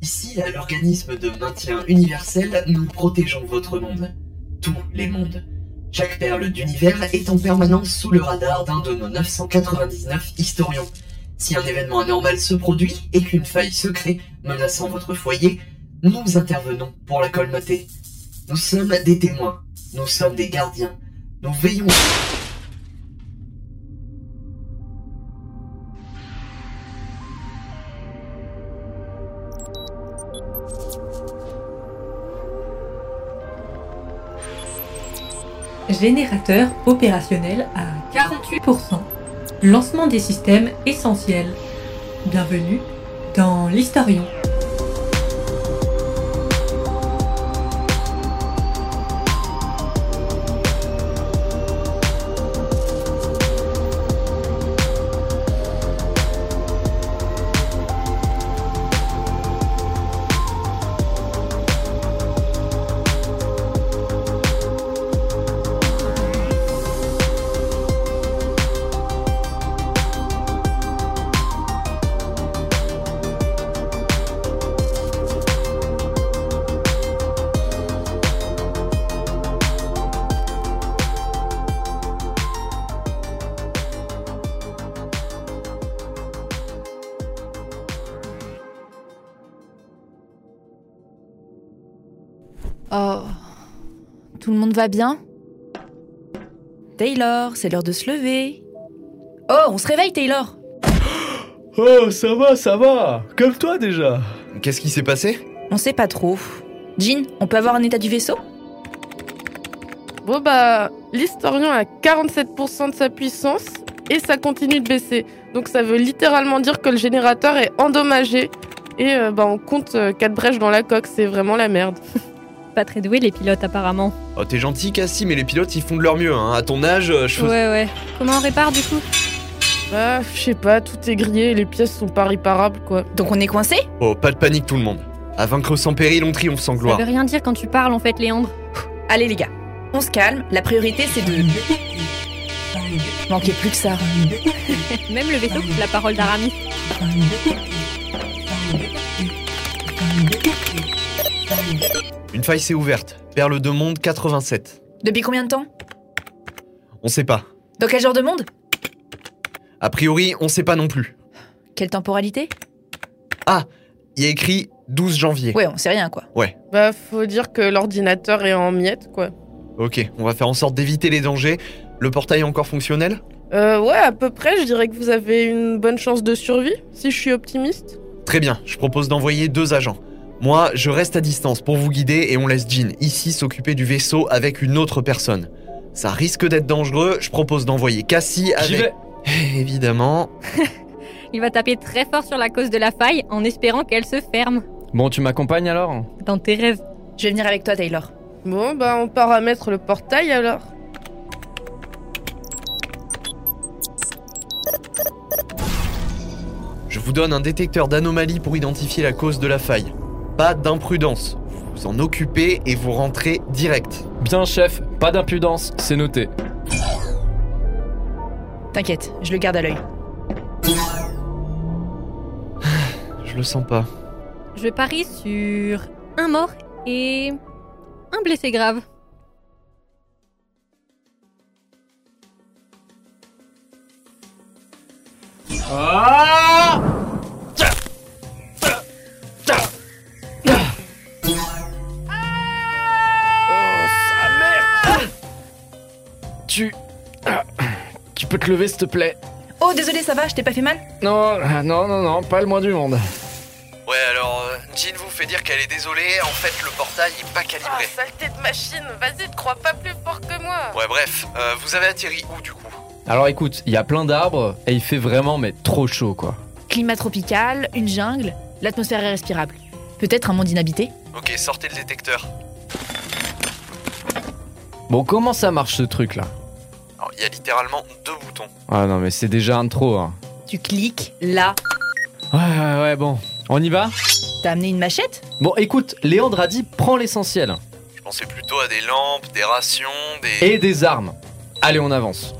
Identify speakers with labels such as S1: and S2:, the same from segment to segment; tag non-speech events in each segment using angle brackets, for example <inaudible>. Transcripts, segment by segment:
S1: Ici, là, l'organisme de maintien universel, nous protégeons votre monde. Tous les mondes. Chaque perle d'univers est en permanence sous le radar d'un de nos 999 historiens. Si un événement anormal se produit et qu'une faille se crée, menaçant votre foyer, nous intervenons pour la colmater. Nous sommes des témoins, nous sommes des gardiens, nous veillons.
S2: Générateur opérationnel à 48%. Lancement des systèmes essentiels. Bienvenue dans l'Historion.
S3: Oh. Tout le monde va bien
S4: Taylor, c'est l'heure de se lever. Oh, on se réveille, Taylor
S5: Oh, ça va, ça va Comme toi déjà
S6: Qu'est-ce qui s'est passé
S4: On sait pas trop. Jean, on peut avoir un état du vaisseau
S7: Bon bah, l'historien a 47% de sa puissance et ça continue de baisser. Donc ça veut littéralement dire que le générateur est endommagé. Et euh, bah on compte 4 brèches dans la coque, c'est vraiment la merde.
S8: Pas très doués les pilotes apparemment.
S6: Oh, t'es gentil, Cassie, mais les pilotes, ils font de leur mieux. Hein. À ton âge, euh, je fais-
S8: Ouais ouais. Comment on répare du coup
S7: Bah, je sais pas, tout est grillé et les pièces sont pas réparables quoi.
S4: Donc on est coincé
S6: Oh, pas de panique, tout le monde. À vaincre sans péril, on triomphe sans
S8: Ça
S6: gloire.
S8: veut rien dire quand tu parles en fait, Léandre.
S4: Allez les gars, on se calme. La priorité c'est de... Manquez plus que ça.
S8: Même le vaisseau coûte la parole d'Aramis.
S6: Une faille s'est ouverte. Perle de monde 87.
S4: Depuis combien de temps
S6: On sait pas.
S4: Dans quel genre de monde
S6: A priori, on sait pas non plus.
S4: Quelle temporalité
S6: Il y a écrit 12 janvier.
S4: Ouais, on sait rien quoi.
S7: Bah, faut dire que l'ordinateur est en miettes quoi.
S6: Ok, on va faire en sorte d'éviter les dangers. Le portail est encore fonctionnel
S7: Euh, ouais, à peu près, je dirais que vous avez une bonne chance de survie, si je suis optimiste.
S6: Très bien, je propose d'envoyer deux agents. Moi, je reste à distance pour vous guider et on laisse Jean ici s'occuper du vaisseau avec une autre personne. Ça risque d'être dangereux, je propose d'envoyer Cassie
S5: J'y
S6: avec...
S5: vais
S6: <laughs> Évidemment.
S8: Il va taper très fort sur la cause de la faille en espérant qu'elle se ferme.
S9: Bon, tu m'accompagnes alors
S8: Dans tes rêves.
S4: Je vais venir avec toi Taylor.
S7: Bon, bah, on part à mettre le portail alors.
S6: Je vous donne un détecteur d'anomalies pour identifier la cause de la faille. Pas d'imprudence. Vous vous en occupez et vous rentrez direct.
S9: Bien, chef, pas d'impudence, c'est noté.
S4: T'inquiète, je le garde à l'œil.
S6: Je le sens pas.
S8: Je parie sur un mort et un blessé grave.
S9: Tu. Ah, Tu peux te lever, s'il te plaît
S4: Oh désolé, ça va, je t'ai pas fait mal
S9: Non, non, non, non, pas le moins du monde.
S6: Ouais, alors, euh, Jean vous fait dire qu'elle est désolée. En fait, le portail est pas calibré.
S7: Ah, saleté de machine, vas-y, te crois pas plus fort que moi.
S6: Ouais, bref, euh, vous avez atterri où du coup
S9: Alors écoute, il y a plein d'arbres et il fait vraiment, mais trop chaud, quoi.
S4: Climat tropical, une jungle, l'atmosphère est respirable. Peut-être un monde inhabité
S6: Ok, sortez le détecteur.
S9: Bon, comment ça marche ce truc là
S6: Alors, il y a littéralement deux boutons.
S9: Ah non, mais c'est déjà un de trop, hein.
S4: Tu cliques là.
S9: Ouais, ouais, ouais, bon. On y va
S4: T'as amené une machette
S9: Bon, écoute, Léandre a dit prends l'essentiel.
S6: Je pensais plutôt à des lampes, des rations, des.
S9: Et des armes. Allez, on avance.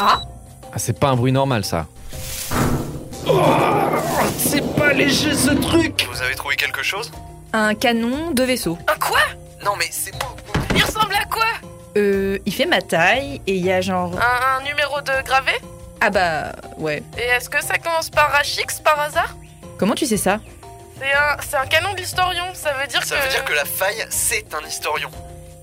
S9: Ah, c'est pas un bruit normal, ça.
S6: C'est pas léger ce truc Vous avez trouvé quelque chose
S4: Un canon, deux vaisseaux.
S10: Un quoi
S6: Non mais c'est beaucoup.
S10: Il ressemble à quoi
S4: Euh, il fait ma taille et il y a genre.
S7: Un, un numéro de gravé
S4: Ah bah, ouais.
S7: Et est-ce que ça commence par Achix par hasard
S4: Comment tu sais ça
S7: C'est un, c'est un canon de l'historion, ça veut dire
S6: Ça
S7: que.
S6: veut dire que la faille, c'est un historion.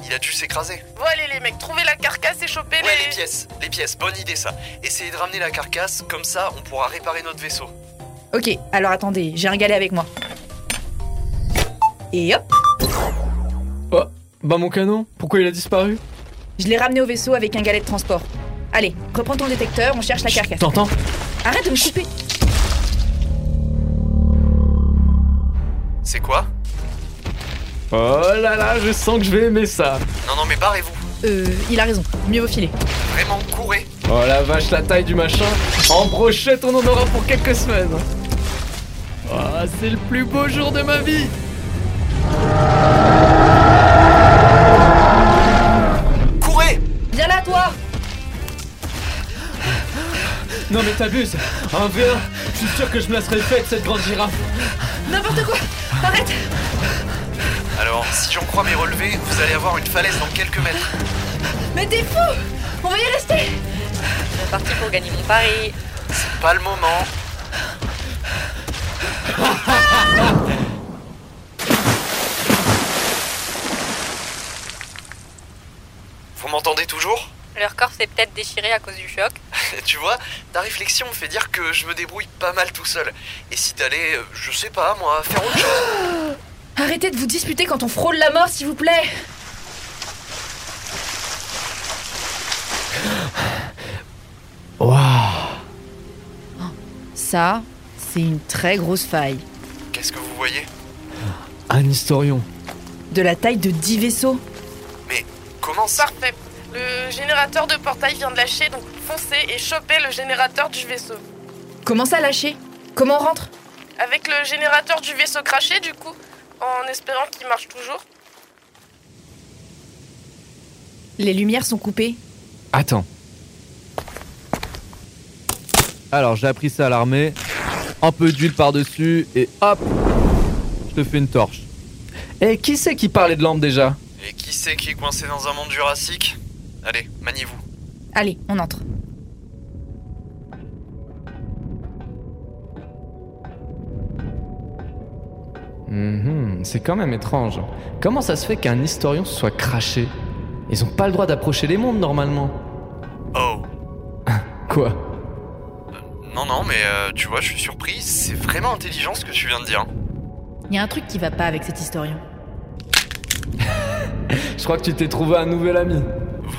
S6: Il a dû s'écraser.
S7: Bon, allez, les mecs, trouvez la carcasse et chopez
S6: Ouais, les pièces, les pièces, bonne idée ça. Essayez de ramener la carcasse, comme ça on pourra réparer notre vaisseau.
S4: Ok, alors attendez, j'ai un galet avec moi. Et hop,
S9: Bah, mon canon, pourquoi il a disparu
S4: je l'ai ramené au vaisseau avec un galet de transport. Allez, reprends ton détecteur, on cherche la
S9: Chut,
S4: carcasse.
S9: T'entends
S4: Arrête de me couper
S6: C'est quoi
S9: Oh là là, je sens que je vais aimer ça.
S6: Non, non, mais barrez-vous.
S4: Euh, il a raison, mieux vaut filer.
S6: Vraiment, courez.
S9: Oh la vache, la taille du machin. En brochette, on en aura pour quelques semaines. Ah, c'est le plus beau jour de ma vie.
S6: Courez
S4: Viens là, toi
S9: Non mais t'abuses. Un V1, je suis sûr que je me la serais faite cette grande girafe.
S4: N'importe quoi Arrête
S6: Alors, si j'en crois mes relevés, vous allez avoir une falaise dans quelques mètres.
S4: Mais t'es fou On va y rester
S10: C'est parti pour gagner mon pari.
S6: Pas le moment. Vous m'entendez toujours
S8: Leur corps s'est peut-être déchiré à cause du choc.
S6: Tu vois, ta réflexion me fait dire que je me débrouille pas mal tout seul. Et si t'allais, euh, je sais pas moi, faire autre chose
S4: Arrêtez de vous disputer quand on frôle la mort, s'il vous plaît Ça, c'est une très grosse faille.
S6: Qu'est-ce que vous voyez
S9: Un historion.
S4: De la taille de 10 vaisseaux.
S6: Comment ça
S7: Parfait. Le générateur de portail vient de lâcher, donc foncez et chopez le générateur du vaisseau.
S4: Comment ça lâcher Comment on rentre
S7: Avec le générateur du vaisseau craché, du coup, en espérant qu'il marche toujours.
S4: Les lumières sont coupées.
S9: Attends. Alors j'ai appris ça à l'armée. Un peu d'huile par-dessus et hop Je te fais une torche. Et qui c'est qui parlait de lampe déjà
S6: Et qui c'est qui est coincé dans un monde jurassique Allez, maniez-vous.
S4: Allez, on entre.
S9: Mhm, c'est quand même étrange. Comment ça se fait qu'un historien se soit craché Ils ont pas le droit d'approcher les mondes normalement.
S6: Oh.
S9: Quoi
S6: Non, non, mais euh, tu vois, je suis surpris. C'est vraiment intelligent ce que tu viens de dire.
S4: Il y a un truc qui va pas avec cet historien.
S9: Je crois que tu t'es trouvé un nouvel ami.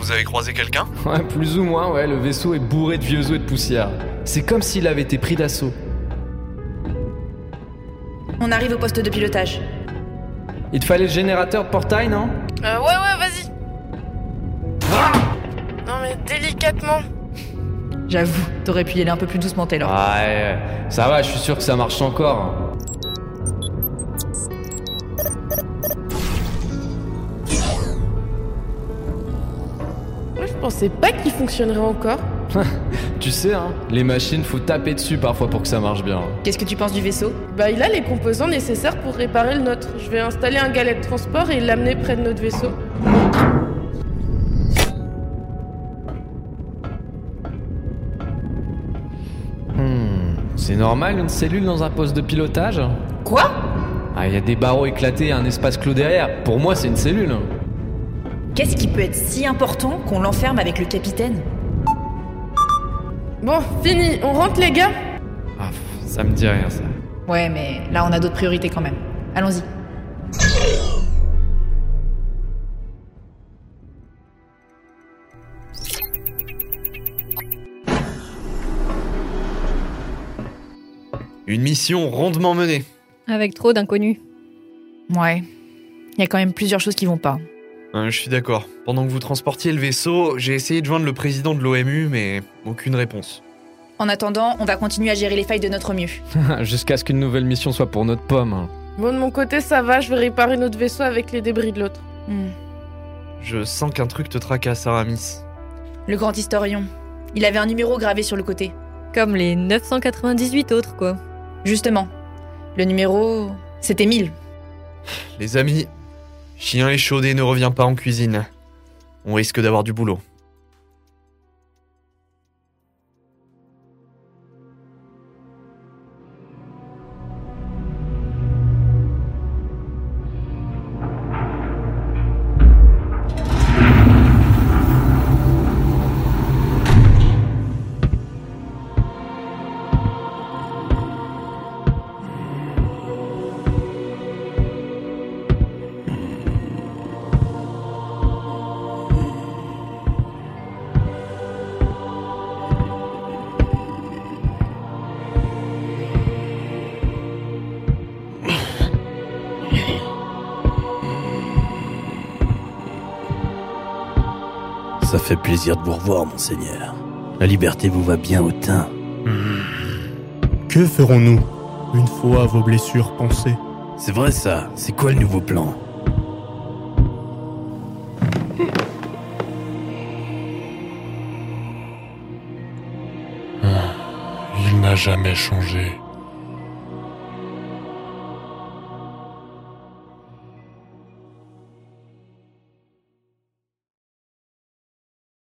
S6: Vous avez croisé quelqu'un
S9: Ouais, plus ou moins, ouais, le vaisseau est bourré de vieux os et de poussière. C'est comme s'il avait été pris d'assaut.
S4: On arrive au poste de pilotage.
S9: Il te fallait le générateur de portail, non
S7: Euh, ouais, ouais, vas-y. non, mais délicatement.
S4: J'avoue, t'aurais pu y aller un peu plus doucement,
S9: Ah.
S4: Taylor.
S9: Ouais, ça va, je suis sûr que ça marche encore. hein.
S7: Moi, je pensais pas qu'il fonctionnerait encore.
S9: Tu sais, hein, les machines, faut taper dessus parfois pour que ça marche bien. hein.
S4: Qu'est-ce que tu penses du vaisseau
S7: Bah, il a les composants nécessaires pour réparer le nôtre. Je vais installer un galet de transport et l'amener près de notre vaisseau.
S9: Hmm, c'est normal une cellule dans un poste de pilotage
S4: Quoi
S9: Ah, il y a des barreaux éclatés et un espace clos derrière. Pour moi, c'est une cellule. hein.
S4: Qu'est-ce qui peut être si important qu'on l'enferme avec le capitaine
S7: Bon, fini, on rentre, les gars
S9: Ah, ça me dit rien, ça.
S4: Ouais, mais là, on a d'autres priorités quand même. Allons-y.
S6: Une mission rondement menée.
S8: Avec trop d'inconnus.
S4: Ouais. Il y a quand même plusieurs choses qui vont pas.
S6: Hein, je suis d'accord. Pendant que vous transportiez le vaisseau, j'ai essayé de joindre le président de l'OMU, mais aucune réponse.
S4: En attendant, on va continuer à gérer les failles de notre mieux.
S9: <laughs> Jusqu'à ce qu'une nouvelle mission soit pour notre pomme. hein.
S7: Bon, de mon côté, ça va, je vais réparer notre vaisseau avec les débris de l'autre.
S4: Hmm.
S6: Je sens qu'un truc te tracasse, Aramis.
S4: Le grand historien. Il avait un numéro gravé sur le côté.
S2: Comme les 998 autres, quoi.
S4: Justement. Le numéro, c'était 1000.
S6: Les amis, chien échaudé ne revient pas en cuisine. On risque d'avoir du boulot.
S11: Ça fait plaisir de vous revoir, monseigneur. La liberté vous va bien au teint.
S12: Que ferons-nous une fois vos blessures pansées
S11: C'est vrai ça. C'est quoi le nouveau plan
S13: Il n'a Ah, jamais changé.